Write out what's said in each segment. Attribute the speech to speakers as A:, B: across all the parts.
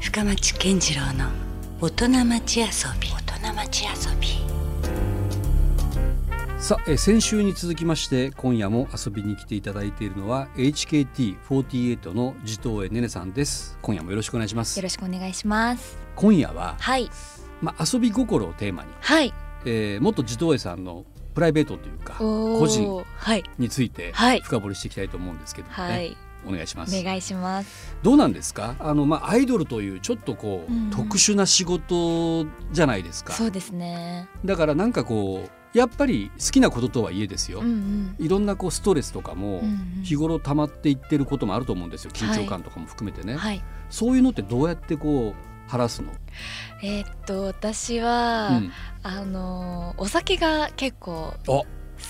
A: 深町健次郎の大人町遊び大人町遊び
B: さあ、えー先週に続きまして今夜も遊びに来ていただいているのは HKT48 の地頭絵ねねさんです今夜もよろしくお願いします
C: よろしくお願いします。
B: 今夜は、
C: はい。
B: まあ、遊び心をテーマに、
C: はい。
B: えー、元地頭絵さんのプライベートというか
C: おー
B: 個人。
C: はい。
B: について
C: はい
B: 深掘りしていきたいと思うんですけどもね、
C: はい。
B: お願いします
C: お願いします。
B: どうなんですかあの、まあ、アイドルというちょっとこう、
C: うん
B: 特殊な仕事じゃないですか
C: そうですね。
B: だからなんかこうやっぱり好きなこととはいえですよ、
C: うんうん。
B: いろんなこうストレスとかも、
C: うんうん
B: 日頃溜まっていってることもあると思うんですよ緊張感とかも含めてね、
C: はい。
B: そういうのってどうやってこう晴らすの、
C: えーっと私
B: う
C: は、
B: ん、
C: あのお酒が結構
B: あ
C: 好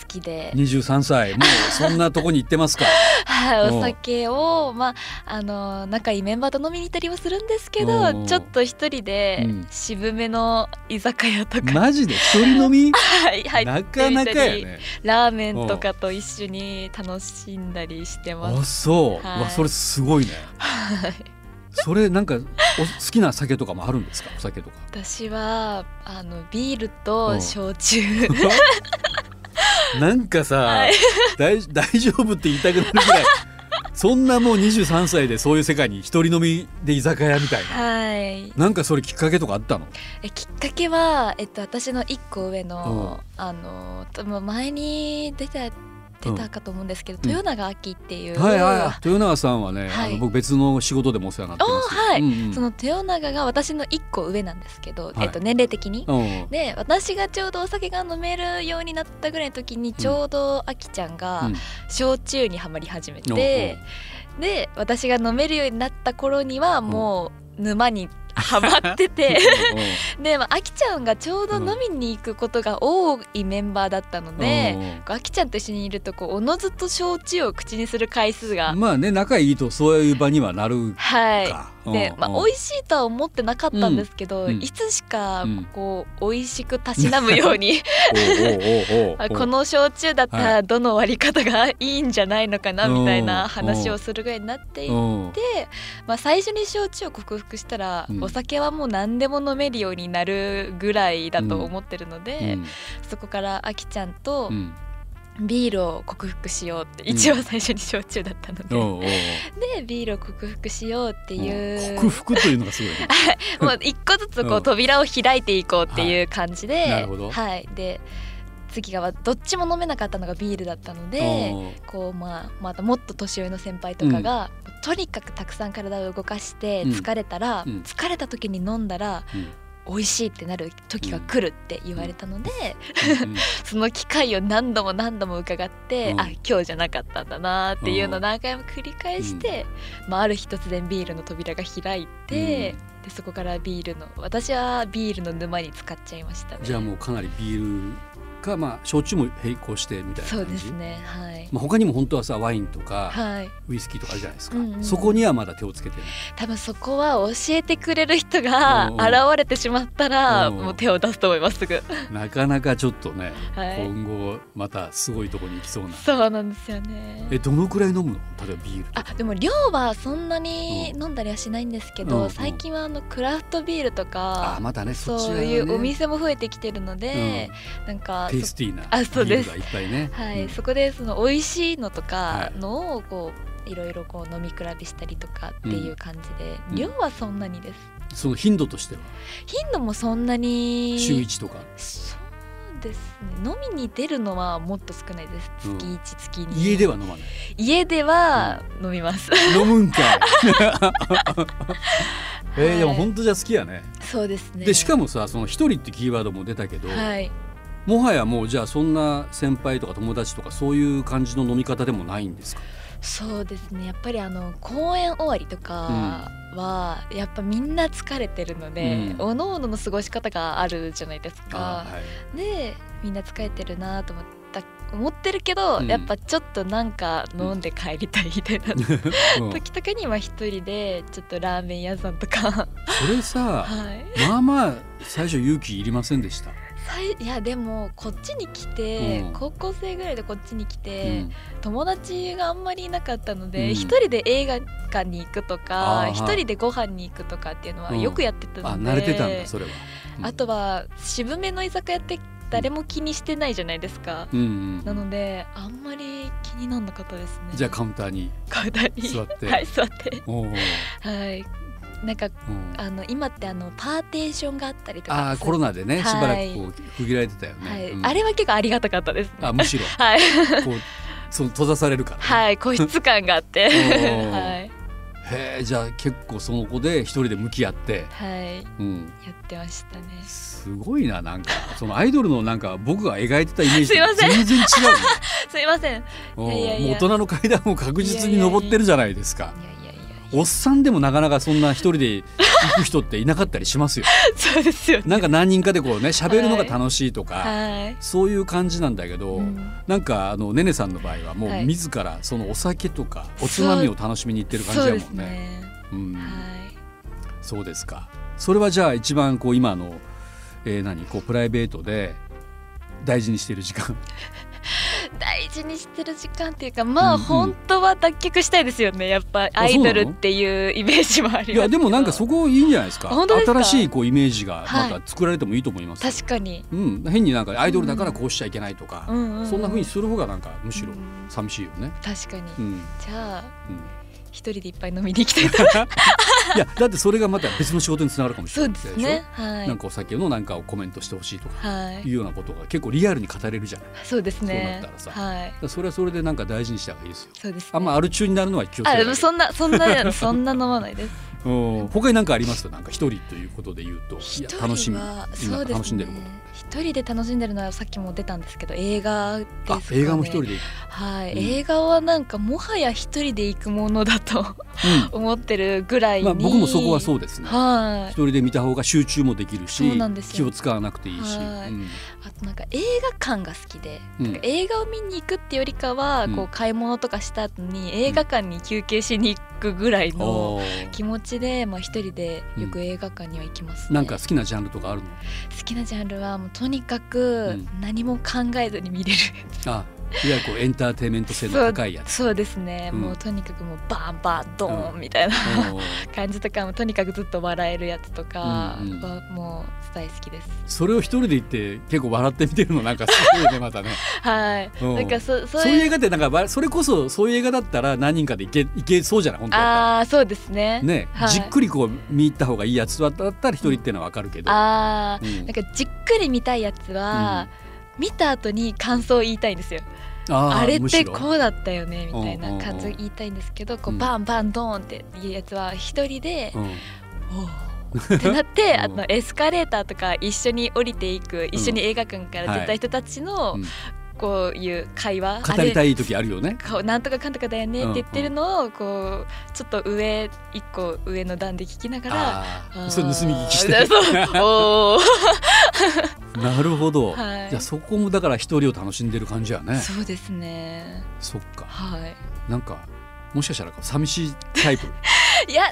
C: きで、
B: 23歳もうそんなとこに行ってますか
C: はい
B: おう
C: お酒をまああの仲いいメンバーと飲みに行ったりもするんですけ
B: おうお
C: ど、
B: う
C: ちょっと一人で
B: うん
C: 渋めの居酒屋とか、
B: マジで一人飲み
C: はい入
B: な
C: って
B: か
C: み
B: な
C: た
B: か
C: り、
B: やね
C: ラーメンとかと一緒に楽しんだりしてます
B: あ。そう、
C: はい
B: わそれすごいね
C: はい
B: それなんかお好きな酒とかもあるんですかお酒とか
C: 私はあのビール
B: うん
C: と焼酎
B: なんかさ、
C: はい
B: 大大丈夫って言いたくなるぐらいそんなもう23歳でそういう世界に一人飲みで居酒屋みたいな
C: はい
B: なんかそれきっかけとかあったの
C: えきっかけは、えっと、私の一個上の,、あの多分前に出た出たかと思うんですけど、
B: うん
C: 豊永亜紀っていう、
B: はいはいはい、豊永さんはね、
C: はい
B: あの僕別の仕事でもお世話になってます。
C: おーはい
B: うんうん
C: その豊永が私の一個上なんですけど、
B: はい
C: えっと、年齢的に。
B: うん
C: で私がちょうどお酒が飲めるようになったぐらいの時にちょうどあきちゃん
B: う
C: が
B: ん
C: 焼酎にはまり始めて、で私が飲めるようになった頃にはもう沼にはまっててでまあきちゃんがちょうど飲みに行くことが多いメンバーだったの
B: うん
C: で。
B: う
C: こうあきちゃんと一緒にいるとこうおのずと焼酎を口にする回数が
B: ん、まあね仲いいとそういう場にはなる
C: は
B: か。
C: いで、まあ、美味しいとは思ってなかったんですけど、
B: うんうん
C: いつしか
B: うん
C: こう美味しくたしなむよう に
B: い。おうおうおうおう
C: あこの焼酎だった
B: は
C: らどの割り方がいいんじゃないのかなみたい
B: うん
C: な話をするぐらいになっていて
B: うん
C: で、まあ、最初に焼酎を克服したら、
B: うん
C: お酒はもう何でも飲めるようになるぐらいだと思ってるので、そこからあきちゃんと
B: うん
C: ビールを克服しようって、
B: ん
C: 一番最初に焼酎だったの
B: う
C: で、
B: んおうおうおう
C: でビールを克服しようっていう、
B: 克服というのがすごいね。
C: もう一個ずつこ
B: うん
C: う扉を開いていこうっていう感じで、
B: なるほど
C: はい、で次がどっちも飲めなかったのがビールだったので。こうまあまたもっと年上の先輩とかが、とにかくたくさん体を動かして
B: うん
C: 疲れたら、
B: うん
C: 疲れた時に飲んだら
B: うん
C: 美味しいってなる時が来るって言われたので、
B: うんうん
C: その機会を何度も何度も伺って、
B: うん
C: あ今日じゃなかったんだなっていうのを何回も繰り返して、まあ、ある日突然ビールの扉が開いて、でそこからビールの私はビールの沼に使っちゃいましたね。
B: じゃあもうかなりビールかまあ焼酎も並行してみたいな
C: そう
B: 感
C: で
B: じ
C: す。ねはい、
B: まあ他にも本当はさワインとか
C: はい、
B: ウイスキーとかあるじゃないですか
C: うんう。ん
B: そこにはまだ手をつけてない。
C: 多分そこは教えてくれる人が
B: うん
C: 現れてしまったら
B: うん
C: もう手を出すと思います すぐ、
B: なかなかちょっとね、
C: はい、
B: 今後またすごいとこに行きそうな。
C: そうなんですよね
B: えどのくらい飲むの？例えばビールと
C: あ
B: か。
C: でも量はそんなに飲んだりはしないんですけ
B: うん
C: ど、
B: うん
C: 最近はあのクラフトビールと
B: あ
C: か、
B: またねそっち
C: そう
B: らね
C: いうお店も増えてきてる
B: う
C: の
B: ん
C: で、なんか
B: テイスティーな
C: あそう
B: ビー
C: で
B: ル
C: す
B: がいっぱいね。
C: そはい、
B: うん
C: そこでその美味しいのと
B: は
C: か
B: い
C: のをこういろいろこう飲み比べしたりとかっていう感じで、
B: うん
C: 量はそんなにです
B: その頻度としては
C: 頻度もそんなに
B: 週一とか。
C: そうですね飲みに出るのはもっと少ないです
B: うん
C: 月一月2
B: 家では飲まない。
C: 家では飲みます
B: 飲むんか い。え
C: は
B: ー、
C: い
B: でも本当じゃ好きやね。
C: そうですね
B: でしかもさその一人ってキーワードも出たけど、
C: はい
B: もはやもうじゃあそんな先輩とか友達とかそういう感じの飲み方でもないんですか。
C: そうですねやっぱりあの公演終わりとかは、やっぱみんな疲れてるので、
B: うん
C: 各々の過ごし方があるじゃないです
B: あ
C: か、
B: ーはい。
C: でみんな疲れてるなと思った思ってるけど、
B: うん
C: やっぱちょっとなんか飲んで帰りたいみたいな、
B: うん
C: 時とかには一人でちょっとラーメン屋さんとか
B: それさ。
C: はい
B: まあまあ最初勇気いりませんでした。
C: 最いやでもこっちに来て、
B: うん
C: 高校生ぐらいでこっちに来
B: う
C: て、
B: ん
C: 友達があんまりいなかったの
B: うん
C: で一、人で映画館に行くと
B: あ
C: か
B: ー
C: 一人でご飯に行くとかっていうのは
B: うん
C: よくやってたので、
B: あ慣れてたんだそれは。うん
C: あとは渋めの居酒屋って誰も気にしてないじゃないですか、
B: うんうん
C: なのであんまり気になんなかったですね
B: じゃあカウンターに。
C: カウンターに
B: 座って
C: はい座って
B: おー
C: はいなんか
B: うん
C: あの今ってあのパーテーションがあったりとか
B: あーコロナでねし
C: はい
B: ばらくこう区切られてたよね。
C: はい
B: うん
C: あれは結構ありがたかったですね
B: あむしろ
C: はい
B: こうその閉ざされるからね。
C: はい個室感があって
B: おー
C: はい
B: へえじゃあ結構その子で一人で向き合って、
C: はいや
B: うん、
C: ってましたね
B: すごいななんかそのアイドルのなんか僕が描いてたイメージと
C: すいません
B: 全然違、
C: すいませんいやいう
B: ね、
C: いやいや
B: もう大人の階段を確実に登ってるじゃないですか。
C: やいやいや
B: おっさんでもなかなかそんな一人で行く人っていなかったりしますよ。
C: そうですよね
B: なんか何人かでこうね喋るのが楽しいとか、
C: はい
B: そういう感じなんだけど、
C: うん
B: なんかあのねねさんの場合はも
C: は
B: う
C: い
B: 自らそのお酒とかおつまみを楽しみに行ってる感じだ
C: そう
B: もん
C: で
B: ね。
C: すね
B: うん、
C: はい
B: そうですか。それはじゃあ一番こう今の、えー、何こうプライベートで大事にしている時 間。
C: 大事にしてる時間っていうかまあ、
B: うんうん
C: 本当は脱却したいですよねやっぱアイドルっていうイメージもありますけ
B: い
C: ど
B: やでもなんかそこいいんじゃないですか。
C: あ本当です
B: 新
C: か
B: しいこうイメージが
C: は
B: ないんか作られてもいいと思いますよ。
C: 確かに、
B: うん、変になんかアイドルだからこうしちゃいけないとか、
C: うんうんうん、
B: そんな風にする方がなんかむしろ
C: うん
B: 寂しいよね。
C: 確かに、
B: うん、
C: じゃあ
B: うん。
C: 一人でいっぱい飲みに行きたい と
B: いやだってそれがまた別の仕事につながるかもし
C: そ
B: れ
C: う
B: な
C: で
B: い
C: す
B: しょ
C: ねはい
B: なんかお酒のなんかをコメントしてほしいとか
C: はいいう
B: ようなことが結構リアルに語れるじゃないだか
C: そうですね
B: そうなったらさ
C: はい
B: らそれはそれでなんか大事にした方がいいですよ
C: そうですね
B: あんまアル中になるのは気をつけ
C: あ
B: て
C: でもそんなそんなそんな飲まないです
B: うん他に何かありますなんか一人ということで言うとい
C: 一
B: や
C: 人は
B: 楽しみ
C: そ
B: 今
C: うですね
B: 楽しんでるこ
C: 一人で楽しんでるのはさっきも出たんですけど映画です
B: とあ
C: か、ね、
B: 映画も一人で行
C: はい、
B: うん
C: 映画はなんかもはや一人で行くものだと
B: く、
C: 思ってるぐら
B: うん
C: いに、
B: まあ、僕もそこはそううですね
C: はい
B: 一人で見た方が集中もできるし
C: そうなんです
B: 気
C: よ
B: を使わなくていいし、
C: はい
B: うん
C: あとなんか映画館が好きで、
B: うん
C: なんか映画を見に行くってよりかは、
B: うん
C: こう買い物とかした後に映画館に休憩しに行くぐらいの
B: おー
C: 気持ちで、まあ一人でよく映画館には行きます、ね
B: なんか好きなジャンルとかあるの
C: 好きなジャンルはもうとにかく
B: うん
C: 何も考えずに見れる、
B: あいわゆるこうエンターテインメント性の高いやつ。
C: そうですね、
B: うん
C: もうとにかくもうバンバンドー
B: うん
C: ンみたいな、
B: おー
C: 感じとかもとにかくずっと笑えるやつとか
B: うんうん
C: はもう大好きです、
B: それを一人で行って結構笑って見てるのなんかすごいねま たね
C: はい
B: うん
C: なんかそ
B: そう
C: そう
B: いう
C: い
B: 映
C: う
B: 画ってなんかわそれこそそういう映画だったら何人かで行け行けそうじゃない本当だっ
C: ああそうですね
B: たらね、
C: はい
B: じっくりこう見入った方がいいやつだったら一人っていうのはわかるけど、
C: あ
B: うん
C: ーなんかじっくり見たいやつは、見た後に感想を言いたいんですよ
B: あ
C: あ
B: ー
C: れ
B: む
C: っ
B: してろ
C: こうだったよねみたい
B: うんうん
C: な
B: うん
C: 感想言いたいんですけど、こ
B: うん
C: うバンバンドーンっていうやつは一人で、
B: うん
C: おーってなって、
B: うん
C: あのエスカレーターとか一緒に降りていく一緒に映画館から出た人たちの、
B: はいうん
C: こういう会話あ
B: 語り
C: れ
B: たい時あるよね
C: こうなんとかかんとかだよねって言ってるのをこうちょっと上一個上の段で聞きながら。
B: あ
C: あ
B: あ
C: ー
B: それ盗み聞きし
C: そ
B: て
C: うおー
B: なるほど、
C: はい
B: じゃあそこもだから一人を楽しんでる感じやね
C: そうですね。
B: そっか
C: は
B: なんかもしかしたら寂しいタイプ、
C: い。いや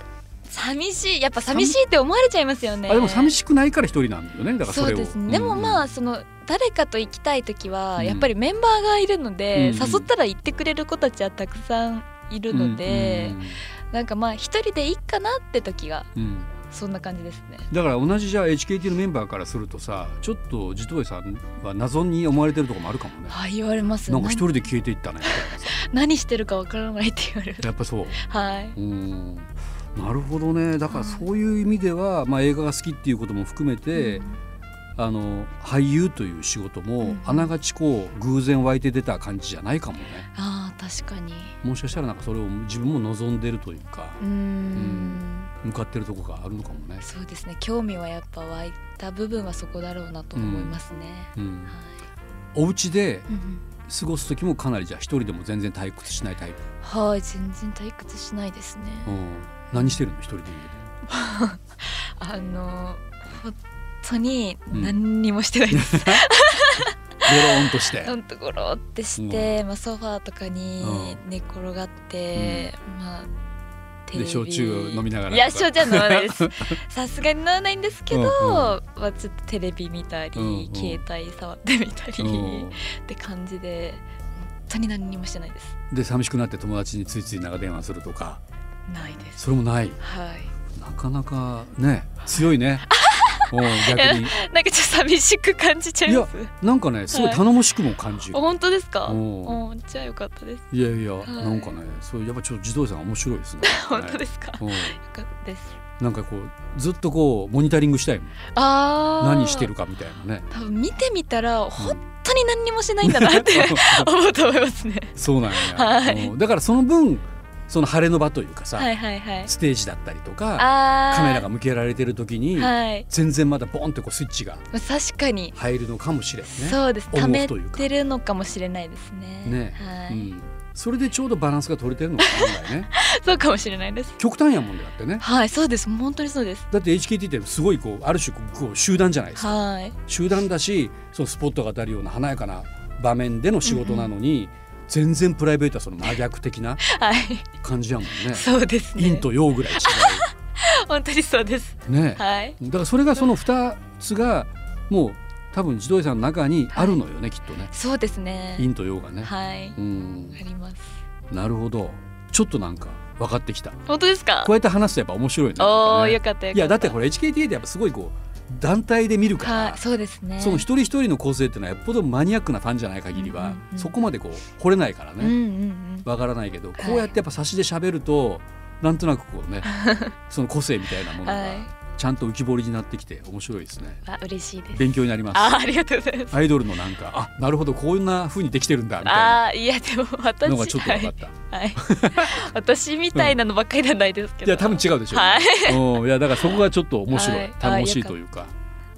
C: 寂しいやっぱ寂しいって思われちゃいますよね。
B: あでも寂
C: しい
B: しくないから一人なんだよねだからそ
C: そう
B: れを
C: ですね。でも
B: あ
C: まあその誰かと行きたい時
B: う
C: は
B: ん
C: やっぱりメンバーがいるので、
B: うん
C: 誘ったら行ってくれる子たちはたくさんいるので、なんかまあ一人でいいかなって時が
B: うん
C: そんな感じですね。
B: だから同じじゃあ HKT のメンバーからするとさちょっと地頭絵さんは謎に思われてるとこもあるかもね
C: はい言われます。
B: なんか一人で消えていったねみたいなさ
C: 何してるかわからないって言われ る。
B: やっぱそう
C: はい。
B: うんなるほどねだからそういう意味では、まあ、映画が好きっていうことも含めて、
C: うん
B: あの俳優という仕事も、
C: うん
B: あながちこう偶然湧いて出た感じじゃないかもね
C: ああ確かに。
B: もしかしたらなんかそれを自分も望んでるというか
C: うーん。
B: 向かってるとこがあるのかもね、
C: そうですね。興味はやっぱ湧いた部分はそこだろうなと思いますね。
B: うん
C: は、
B: お家で
C: いうん
B: 過ごす時もかなりじゃあ一人でも全然退屈しないタイプ
C: うん。はい全然退屈しないですね。
B: うん、何してるの一人で家で
C: あの本当に何にもしてな いです。
B: ゴ ローンとして
C: ほんとゴロってして、まあソファーとかに
B: う
C: 寝転がって、まあ。テ
B: で
C: レビ
B: 焼酎を飲みながら
C: いや焼酎は飲まないです さすがに飲まないんですけど、
B: うんうん
C: まあ、ちょっとテレビ見たり、
B: うんうん
C: 携帯触ってみたり、
B: うん
C: って感じで本当に何にもしてないです
B: で寂しくなって友達についつい長電話するとか
C: ないです
B: それもない
C: はい
B: なかなかね強い ねうん逆に
C: なんかちょっと寂しく感じちゃいます
B: なんかねすごい頼もしくも感じる、
C: 本当ですか
B: う
C: おーじゃあよかったです
B: い、やいや、
C: い
B: なんかねそうやっぱちょっと児童さん面白いですね
C: 本当ですかよ
B: うん
C: かったです
B: なんかこうずっとこうモニタリングしたいもん
C: あー
B: 何してるかみたいなね
C: 多分見てみたら本当に何にもしないんだな って思うと思いますね
B: そうなんや、
C: はい
B: うんだからその分その晴れの場というかさ、
C: はいはいはい
B: ステージだったりとか
C: あー
B: カメラが向けられてる時に、
C: はい
B: 全然まだボンってこうスイッチが
C: まあ確かに
B: 入るのかもしれんね
C: そうです
B: 思
C: 溜め
B: うというか
C: てるのかもしれないですね
B: ね
C: は
B: う
C: い
B: ん、それでちょうどバランスが取れてるのかな案外ね
C: そうかもしれないです
B: 極端やもんだってね
C: はいそうです本当にそうです
B: だって HKT ってすごいこうある種こう集団じゃないですか
C: はい
B: 集団だしそのスポットが当たるような華やかな場面での仕事なのに、全然プライベートはその真逆的な
C: はい
B: 感じやもんね
C: そうですね
B: 陰と陽ぐらい違
C: 本当にそうです
B: うね、
C: はい
B: だからそれがその2つがもう多分自動車の中にあるのよね、きっとね
C: そうですね
B: 陰と陽がね、
C: はい、
B: うん
C: あります
B: なるほどちょっとなんか分かってきた
C: 本当ですか
B: こうやって話すとやっぱ面白いねなんか
C: おお
B: ね
C: ーよかったよかった
B: いやだってこれ HKTA ってやっぱすごいこう団体で見るから、
C: はいそうですね
B: その一人一人の構成っていうのはよっぽどマニアックなファンじゃない限りは、
C: うんうんうん
B: そこまでこう惚れないから
C: うんう
B: ね
C: ん
B: わ、からないけど
C: い
B: こうやってやっぱ差しで喋ると、なんとなくこう ねその個性みたいなもの
C: うん
B: が
C: はい
B: ちゃんと浮き彫りになってきて面白いですね
C: あ嬉しいです
B: 勉強になります
C: あーありがとうございます
B: アイドルのなんかあなるほどこんな風にできてるんだみた
C: あーいやで
B: い
C: も
B: な
C: 私
B: のがちょっと分かった、
C: はい、はい、私みたいなのばっかりではないですけ
B: い
C: ど
B: や多分違うでしょう、
C: はい
B: うんいやだからそこがちょっと面白い、
C: はい
B: 楽しいというか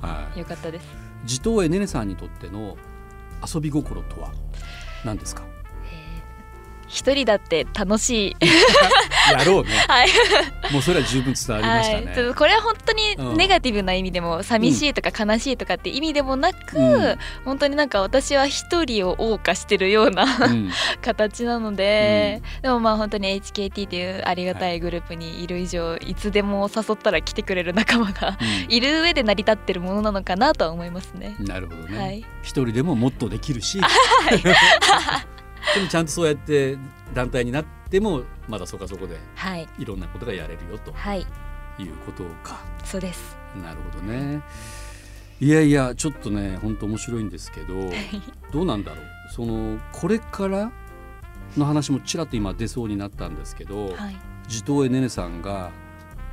B: はい
C: よかったです
B: 地頭絵ねねさんにとっての遊び心とは何です か
C: 一人だって楽しい
B: やろうね
C: はい
B: もうそれは十分伝わりました
C: は
B: ね
C: い、ちょっとこれは本当にネガティブな意味でも、寂しいとか悲しいとかって意味でもなく、
B: うん
C: 本当になんか私は一人を謳歌してるような
B: うん
C: 形なので、でもまあ本当に HKT っていうありがたいグループにいる以上、い、つでも誘ったら来てくれる仲間がいる上で成り立ってるものなのかなとは思いますね。
B: うんなるほどね、
C: はい
B: 一人でももっとできる し でもちゃんとそうやって団体になってもまだそこかそこで
C: はい
B: いろんなことがやれるよと
C: はい
B: いうことか
C: そ うです。
B: なるほどねいやいやちょっとね本当面白いんですけどどうなんだろうそのこれからの話もちらっと今出そうになったんですけど、
C: はい。
B: 地頭絵ねねさんが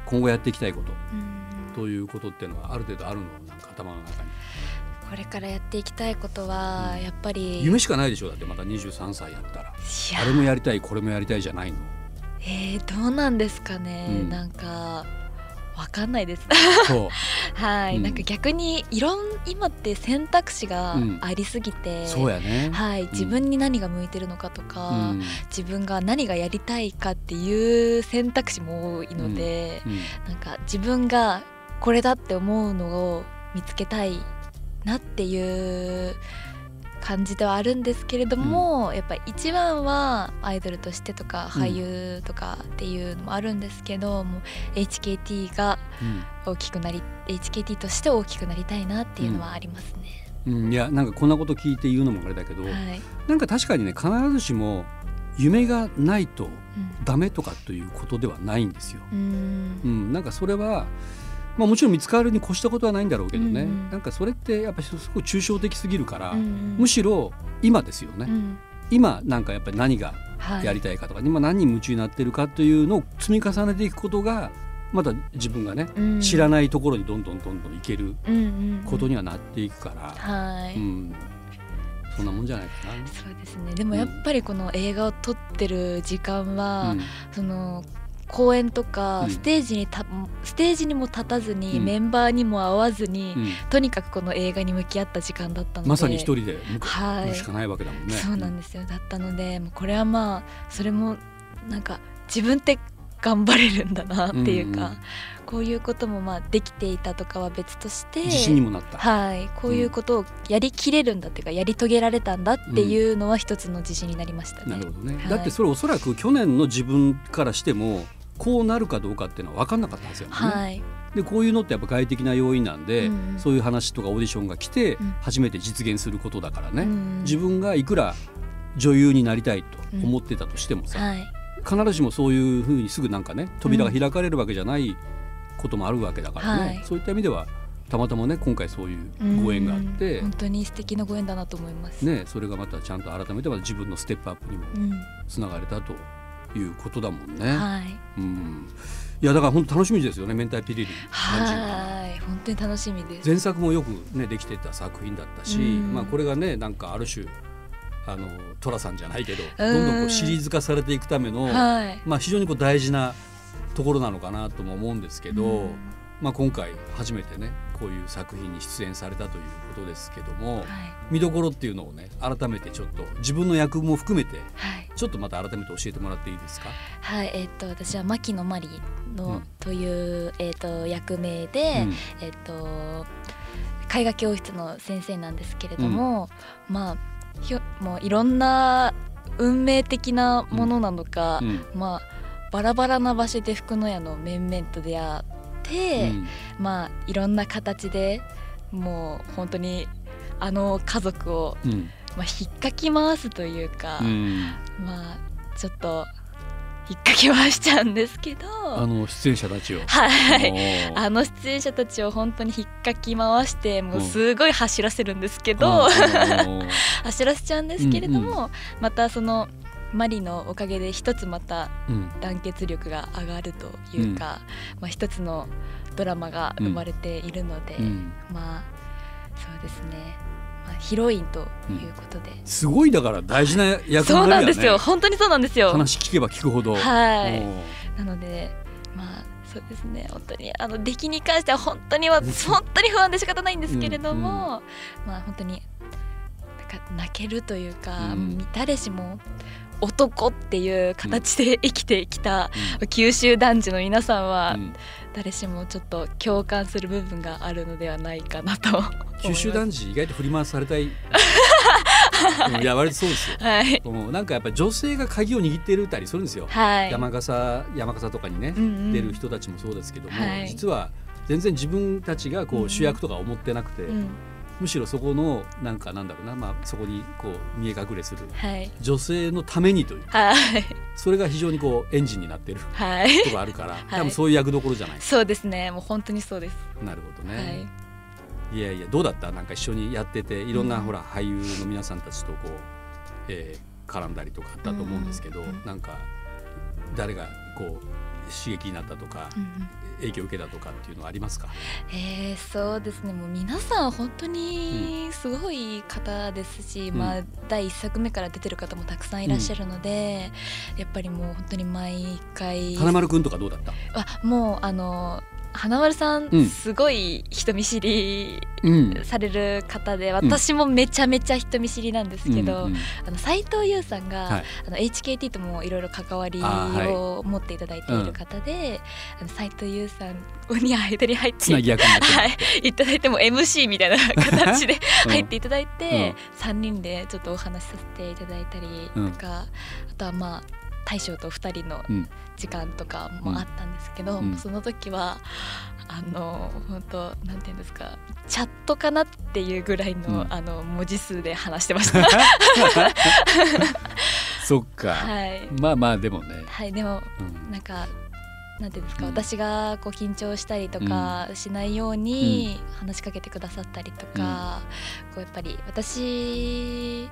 B: 今後やっていきたいこと
C: うん
B: ということっていうのはある程度あるのなんか頭の中に
C: これからやっていきたいことはやっぱり
B: 夢しかないでしょだってまた23歳やったら
C: いや
B: あれもやりたいこれもやりたいじゃないの
C: えー、どうなんですかね、
B: うん
C: なんかわかんないです
B: そ
C: はい、
B: うん
C: なんか逆にいろん今って選択肢が
B: うん
C: ありすぎて、
B: うそうやね
C: はい自分に何が向いてるのかと
B: う
C: か、
B: ん
C: 自分が何がやりたいかっていう選択肢も多いので、
B: うん
C: なんか自分がこれだって思うのを見つけたいなっていう感じではあるんですけれども、やっぱ一番はアイドルとしてとか
B: うん
C: 俳優とかっていうのもあるんですけど、もう HKT が大きくなり HKT として大きくなりたいなっていうのはありますね。
B: うんうんいやなんかこんなこと聞いて言うのもあれだけど、
C: はい、
B: なんか確かにね必ずしも夢がないと
C: うん
B: ダメとかということではないんですよ。
C: うーん
B: うん、なんかそれは、まあ、もちろん見つかるに越したことはないんだろうけどね、
C: うんうん
B: なんかそれってやっぱりすごく抽象的すぎるから、
C: うん
B: むしろ今ですよね、
C: うん
B: 今なんかやっぱり何が
C: はい
B: やりたいかとか、今何に夢中になってるかというのを積み重ねていくことがまた自分がね、
C: うん
B: 知らないところにどんどんどんどん行ける
C: うんうんうん
B: ことにはなっていくから、
C: はい、
B: うんそんなもんじゃないかな。
C: そうですねでもやっぱりこの映画を撮ってる時間は、
B: うん
C: その公演とか
B: うん
C: ステージにた、ステージにも立たずに、
B: うん
C: メンバーにも会わずに、
B: うん
C: とにかくこの映画に向き合った時間だったので
B: まさに一人で向か
C: は
B: う
C: い
B: しかないわけだもんね。
C: そうなんですよだったのでもうこれはまあそれもなんか自分って頑張れるんだなっていうか、
B: うんうん
C: こういうこともまあできていたとかは別として
B: 自信にもなった。
C: はい、こういうことをやりきれるんだっていうか、やり遂げられたんだっていうのは一つの自信になりましたね。
B: なるほどね、
C: はい
B: だってそれおそらく去年の自分からしてもこうなるかどうかっていうのは分かんなかったんですよね。
C: はい、
B: でこういうのってやっぱ外的な要因なんで、
C: うんうん
B: そういう話とかオーディションが来て
C: うん
B: 初めて実現することだからね、
C: うん
B: 自分がいくら女優になりたいと思ってたとしてもさ、
C: はい、
B: 必ずしもそういうふうにすぐなんかね扉が開かれるわけじゃないこともあるわけだからね、
C: はい
B: そういった意味ではたまたまね今回そういうご縁があって
C: うん、本当に素敵なご縁だなと思います。
B: ね、それがまたちゃんと改めてまた自分のステップアップにも
C: うん、
B: つながれたということだもんね。
C: はい、
B: うん、いやだから本当楽しみですよね「明太ピリリ」何時間
C: はい、本当に楽しみです。
B: 前作もよく、ね、できてた作品だったし、
C: うん
B: まあ、これがねなんかある種あの寅さんじゃないけど
C: うん
B: どんどんこうシリーズ化されていくための、
C: はい、
B: まあ、非常にこう大事なところなのかなとも思うんですけど、
C: うん
B: まあ、今回初めてねこういう作品に出演されたということですけども
C: はい、
B: 見どころっていうのをね改めてちょっと自分の役も含めて
C: はい。
B: ちょっとまた改めて教えてもらっていいですか、
C: はい、えっ、と私は牧野真理の、
B: うん
C: というえっ、と役名で、
B: うん
C: えっ、と絵画教室の先生なんですけれども、まあひょもういろんな運命的なものなのか、
B: うん
C: まあバラバラな場所で福野屋の面々と出会って、
B: うん
C: まあいろんな形でもう本当にあの家族を、
B: うん
C: まあ、引っかき回すというか。
B: うん
C: まあちょっと引っかきはしちゃうんですけど
B: あの出演者たちを。
C: は
B: い
C: いあの出演者たちを本当に引っかき回してもうすごい走らせるんですけど、
B: うん
C: 走らせちゃうんですけれども、
B: うん
C: またそのマリのおかげで一つまた
B: うん
C: 団結力が上がるというか、まあ、一つのドラマが生まれているので、
B: うん
C: まあそうですね、まあ、ヒロインということで、
B: すごいだから大事な役
C: そう
B: 割だ
C: なん
B: よ
C: で
B: ね。
C: すよ本当にそうなんですよ。
B: 話聞けば聞くほど。
C: はい
B: うん
C: なのでまあそうですね本当にあの出来に関しては本当には本当に不安で仕方ないんですけれども、まあ本当になんか泣けるというか、
B: うん
C: 見たれしも男っていう形で生きてきた九州男児の皆さんは
B: うん
C: 誰しもちょっと共感する部分があるのではないかなと思います
B: 九州男児意外と振り回され たい。うんいや割とそうですよ。
C: はい
B: もうなんかやっぱり女性が鍵を握ってるたりするんですよ。
C: はい
B: 山笠山笠とかにね
C: うんうん
B: 出る人たちもそうですけども
C: はい
B: 実は全然自分たちがこう主役とか思ってなくて
C: うん
B: むしろそこのなんかなんだろうなまあそこにこう見え隠れする
C: はい
B: 女性のためにという
C: はい
B: それが非常にこうエンジンになってる
C: はい
B: とこあるから、多分そういう役どころじゃない
C: そうですねもう本当にそうです、
B: なるほど
C: は
B: ね
C: い、
B: い、やいやどうだったなんか一緒にやってていろんな、
C: うん
B: ほら俳優の皆さんたちとこう、えー絡んだりとかあったと思うんですけど、
C: うん
B: なんか誰がこう刺激になったとか、
C: うんうん
B: 影響を受けたとかっていうのはありますか、
C: えー、そうですねもう皆さん本当にすごい方ですし、
B: うん
C: まあ、第1作目から出てる方もたくさんいらっしゃるので、やっぱりもう本当に毎回
B: 花丸くんとかどうだった、
C: あもうあの花丸さん、
B: うん
C: すごい人見知り
B: うん
C: される方で私もめちゃめちゃ人見知りなんですけど、
B: うんうん
C: あの斉藤優さんが、
B: はい
C: あの HKT ともいろいろ関わり
B: あー
C: を持っていただいている方で、あの斉藤優さんに間に入っ
B: つな
C: て
B: ぎ役になってる、
C: はい、いただいても MC みたいな形で
B: うん
C: 入っていただいて、3人でちょっとお話しさせていただいたりとか、あとはまあ大将と2人の
B: うん
C: 時間とかもあったんですけど、
B: うん
C: その時はあの本当なんていうんですかチャットかなっていうぐらいの,、
B: うん
C: あの文字数で話して ました。
B: そっか、
C: はい、
B: まあまあでもね、
C: はい、でも
B: うん
C: なんかなんていうんですか、
B: うん
C: 私がこう緊張したりとかしないように話しかけてくださったりとか、こうやっぱり私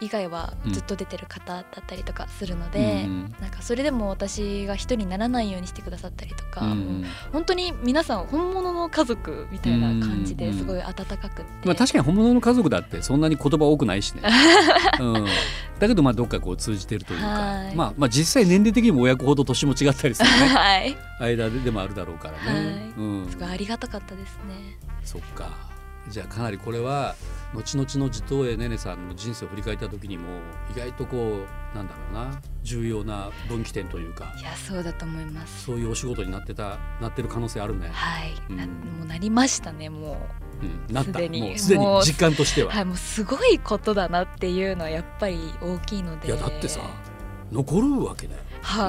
C: 以外はずっと出てる方だったりとかするので、
B: うん
C: なんかそれでも私が一人にならないようにしてくださったりとか、
B: うん
C: 本当に皆さん本物の家族みたいな感じ
B: う
C: で
B: ん
C: すごい温かくって、
B: まあ、確かに本物の家族だってそんなに言葉多くないし ね、うん、だけどまあどっかこう通じてるというか、
C: はい
B: まあ、まあ実際年齢的にも親子ほど年も違ったりするね
C: はい、
B: 間でもあるだろうからね、
C: はい
B: うん
C: す、ごいありがたかったですね。
B: そっかじゃあかなりこれは後々の地頭絵ねねさんの人生を振り返った時にも意外とこうなんだろうな重要な分岐点というか
C: いやそうだと思います。
B: そういうお仕事になってたなってる可能性あるね、
C: はい、な
B: うん
C: もうなりましたねもう。
B: うん、なった
C: すでに
B: もうすでに
C: もう
B: 実感としては。
C: はい、もうすごいことだなっていうのはやっぱり大きいので
B: いやだってさ残るわけだよ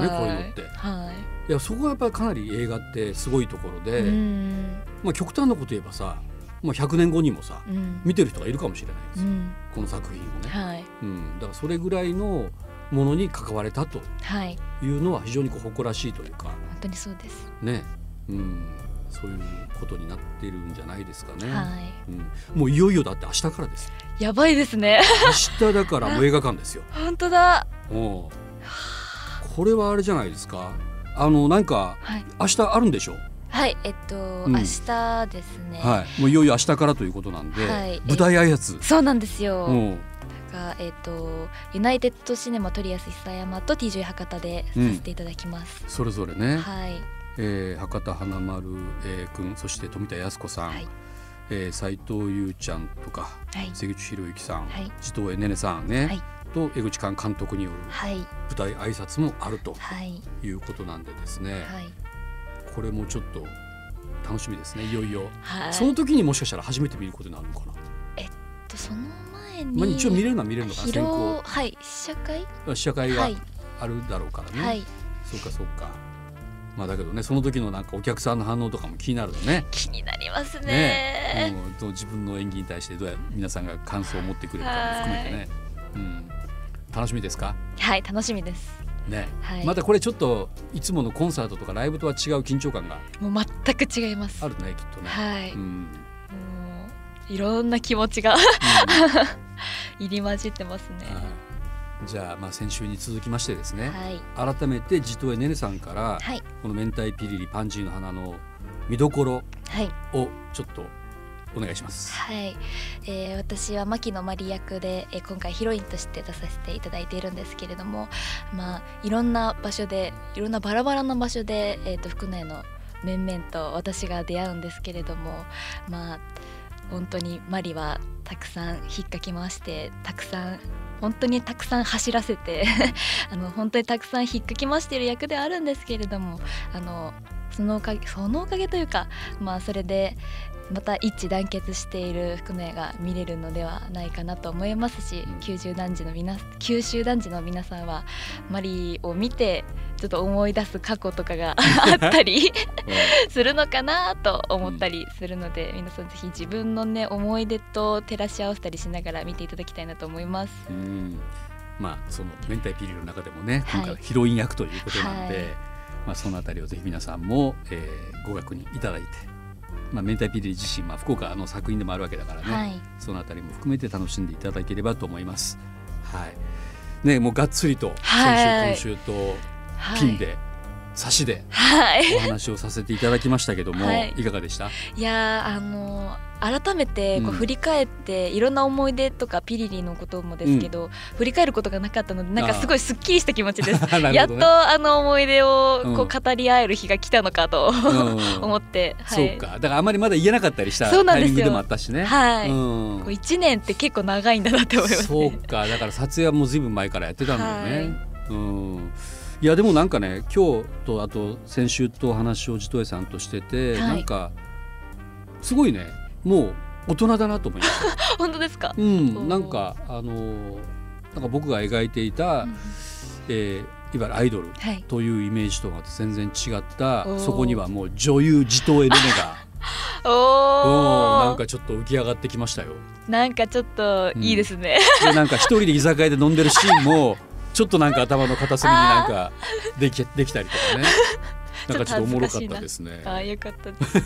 B: よね、こういうのって
C: はい
B: やそこがやっぱりかなり映画ってすごいところ
C: い。
B: で、
C: うん
B: まあ、極端なこと言えばさ、まあ、100年後にもさ
C: うん
B: 見てる人がいるかもしれないです
C: う
B: よ、
C: ん
B: この作品をね、
C: はい
B: うん、だからそれぐらいのものに関われたと
C: はい
B: いうのは非常にこう誇らしいというか
C: 本当にそうです。
B: ね、うん、そういうことになっているんじゃないですかね、
C: はい。
B: うん、もういよいよだって明日からですよ
C: やばいですね。
B: 明日だからもう映画館ですよ
C: 本当だ。
B: おう これはあれじゃないですかあのなんか
C: はい。
B: 明日あるんでしょ、
C: はい。えっと、
B: ん
C: 明日ですね。
B: はい、もういよいよ明日からということなんで、
C: はい
B: 舞台挨拶
C: そうなんですよ。
B: うん
C: がえっとユナイテッドシネマリアス久山と TJ 博多でさせていただきます。
B: それぞれね、
C: はい。
B: えー博多華丸、えー、君そして富田靖子さん、
C: はい
B: えー斉藤優ちゃんとか
C: はい。
B: 関口博之さん、
C: はい。
B: 地藤ねねさんね、
C: はい
B: と江口寛監督による
C: はい。
B: 舞台挨拶もあると
C: はい。
B: いうことなんでですね、
C: はい。
B: これもちょっと楽しみですねいよいよ、
C: はい。
B: その時にもしかしたら初めて見ることになるのかな、
C: とその前
B: まあ、
C: に。
B: 一応見れるのは見れるのかな
C: 疲
B: 先
C: 労
B: 行
C: はい試写会
B: 試写会が
C: はい
B: あるだろうからね、
C: はい
B: そうかそうかまあだけどねその時のなんかお客さんの反応とかも気になるのね
C: 気になりますね
B: ね、うん、どう自分の演技に対してどうや皆さんが感想を持ってくれるかも含めてね、うん、楽しみですか、
C: はい楽しみです
B: ね
C: はい
B: またこれちょっといつものコンサートとかライブとは違う緊張感が
C: もう全く違います
B: あるねきっとね、
C: はい、
B: う
C: も
B: ん、
C: ういろんな気持ちが
B: うんは
C: 入り混じってますね
B: いじゃあまあ先週に続きましてですね、
C: はい
B: 改めて地頭へねねさんから、
C: はい
B: この明太ピリリパンジーの花の見どころ
C: はい
B: をちょっとお願いします。
C: はい、えー私は牧野真理役で、えー今回ヒロインとして出させていただいているんですけれども、まあ、いろんな場所でいろんなバラバラな場所で、えー、と福内の面々と私が出会うんですけれどもまあ本当にマリはたくさん引っかき回してたくさん本当にたくさん走らせて あの本当にたくさん引っかき回している役ではあるんですけれどもあのそのおかげそのおかげというか、まあ、それでまた一致団結している福野屋が見れるのではないかなと思いますし、
B: うん
C: 九州男児の皆九州男児の皆さんはマリを見てちょっと思い出す過去とかが あったりするのかなと思ったりするので、皆さんぜひ自分のね思い出と照らし合わせたりしながら見ていただきたいなと思います。
B: うんまあその明太ピリリの中でもね、
C: はい
B: 今回はヒロイン役ということなんで、
C: はい
B: まあそのあたりをぜひ皆さんも、えーご確認いただいて、まあ明太ピリリ自身まあ福岡の作品でもあるわけだからね、
C: はい、
B: そのあたりも含めて楽しんでいただければと思います。はい。ねもうがっつりと
C: は
B: 先
C: い
B: 週今週と
C: はい、
B: ピンで、差しで
C: はい
B: お話をさせていただきましたけども、
C: はいい、
B: かがで した？
C: いやーあのー改めてこ
B: う
C: うん振り返って、いろんな思い出とかピリリのこともですけど、振り返ることがなかったのでなんかすごいすっきりした気持ち です。
B: な
C: や
B: る
C: っ
B: ほど
C: と
B: ね
C: あの思い出をこ
B: う
C: う語り合える日が来たのか
B: う
C: と
B: ん
C: 思って、は
B: そう
C: い、
B: か。だからあまりまだ言えなかったりした
C: そうな
B: タイ
C: んですよ
B: ミングでもあったしね。
C: はい
B: うん
C: こう一年って結構長いんだなって思います
B: そう
C: ね。
B: かだから撮影はもうずいぶん前からやってたんだよね。うんいやでもなんかね今日とあと先週とお話を地頭さんとしてて、
C: はい
B: なんかすごいねもう大人だなと思いま した。
C: 本当ですか。
B: うん、
C: お
B: なんかあのーなんか僕が描いていた、
C: うん
B: えーいわゆるアイドル
C: はい。
B: というイメージとは全然違った
C: おー
B: そこにはもう女優地頭への目
C: お
B: がうんなん
C: お。
B: かちょっと浮き上がってきましたよ。
C: なんかちょっといいですね。
B: でなんか一人で居酒屋で飲んでるシーンもちょっとなんか頭の片隅になんかできできたりとかね。なんかちょっとおもろかったですね。
C: ああよかったです。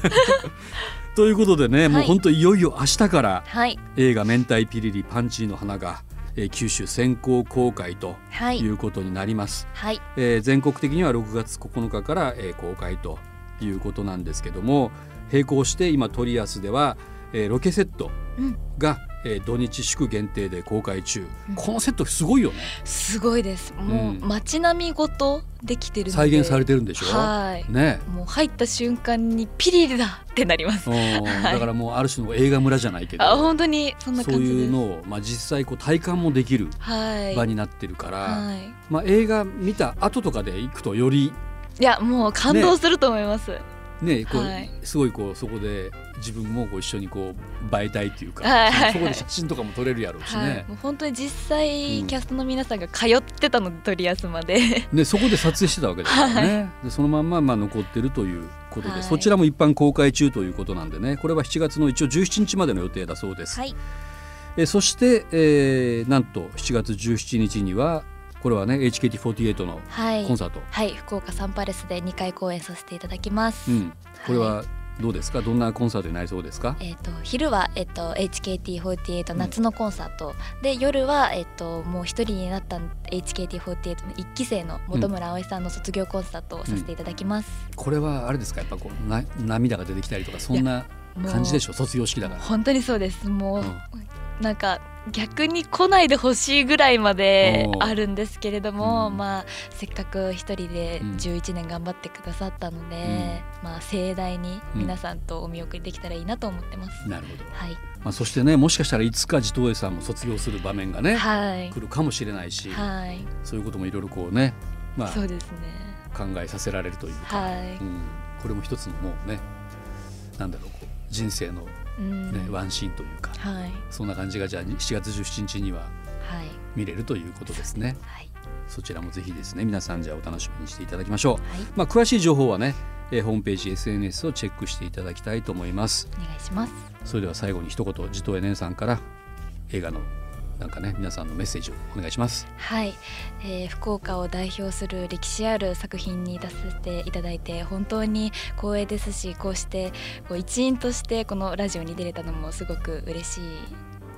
B: ということでね、もう
C: はい
B: 本当いよいよ明日から
C: はい
B: 映画「明太ピリリパンチーの花が」えー九州先行公開と
C: はいいう
B: ことになります。
C: はい
B: えー全国的には6月9日から、えー公開ということなんですけども並行して今トリアスでは、えーロケセット
C: うん
B: が、えー土日祝限定で公開中、
C: うん
B: このセットすごいよね
C: すごいです。もう
B: うん
C: 街並みごとできてるので
B: 再現されてるんでしょ
C: はい。
B: ね
C: もう入った瞬間にピリリだってなります。
B: うんだからもうある種の映画村じゃないけ
C: あ
B: ど
C: 本当にそんな
B: そう
C: 感じ
B: い
C: で
B: う
C: す。
B: のを、まあ、実際こう体感もできる
C: はい。
B: 場になってるから、
C: は
B: まあ、映画見た後とかで行くとより
C: い。いやもう感動すると思います。
B: ねこう、
C: はい
B: すごいこうそこで自分もこう一緒にこう映えたいっていうか、
C: はいはいはい
B: そこで写真とかも撮れるやろうし
C: はい、
B: ね,、
C: もう本当に実
B: う
C: 際
B: ん
C: キャストの皆さんが通ってたので鳥安まで
B: ねそこで撮影してたわけですからね、でそのまんままあ残ってるということで、
C: はい
B: そちらも一般公開中ということなんでねこれは7月の一応17日までの予定だそうです、
C: はい
B: えーそして、えーなんと7月17日にはこれはね HKT48 の
C: はい
B: コンサート、
C: はい福岡サンパレスで2回公演させていただきます、
B: うん、これはどうですかどんなコンサートになりそうですか、
C: えー、と昼は、えー、と HKT48 夏のコンサート、で夜は、えー、ともう一人になった HKT48 の一期生の本村葵さんの卒業コンサートをさせていただきます、
B: これはあれですかやっぱこうな涙が出てきたりとかそんな
C: もう
B: 感じでしょ卒業式だから。
C: 本当にそうですもう、
B: うん
C: なんか逆に来ないでほしいぐらいまで
B: おー
C: あるんですけれども、
B: うん
C: まあせっかく一人で
B: うん
C: 11年頑張ってくださったので、まあ盛大に皆さんとお見送りできたらいいなと思ってます、
B: なるほど、
C: はい
B: まあ、そしてねもしかしたらいつか地頭絵さんも卒業する場面がね、
C: はい
B: 来るかもしれないし、
C: はい
B: そういうこともいろいろこうね、まあ、
C: そうですね
B: 考えさせられるというか、
C: は
B: うん、これも一つのもうねなんだろうこう人生の、ね
C: い、うん
B: ワンシーンというか
C: はいはい
B: そんな感じがじゃあ7月17日には見れるということですね。
C: はい
B: そちらもぜひですね皆さんじゃあお楽しみにしていただきましょう。
C: はい
B: まあ、詳しい情報はね、えーホームページ SNS をチェックしていただきたいと思います。
C: お願いします
B: それでは最後に一言地頭姉さんから映画のなんかね皆さんのメッセージをお願いします。
C: はい、えー福岡を代表する歴史ある作品に出させていただいて本当に光栄ですしこうしてこう一員としてこのラジオに出れたのもすごく嬉しい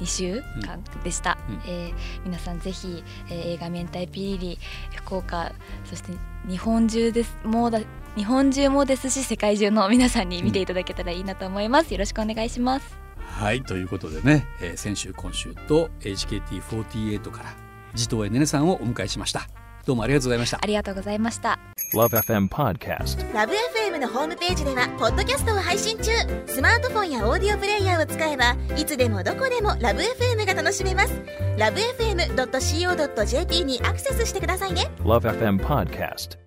C: 2週間でした、
B: うんうん
C: えー皆さんぜひ、えー映画「明太ピリリ」福岡そして日本中ですもうだ日本中もですし世界中の皆さんに見ていただけたらいいなと思います、よろしくお願いします
B: はいということでね、えー先週今週と HKT48 から地頭姉さんをお迎えしました。どうもありがとうございました
C: あ。りがとうございました
D: Love FM Podcast.
E: ラブ f m のホームページではポッドキャストを配信中スマートフォンやオーディオプレイヤーを使えばいつでもどこでもラブ f m が楽しめますラブ FM.co.jp にアクセスしてくださいね
D: Love FM Podcast.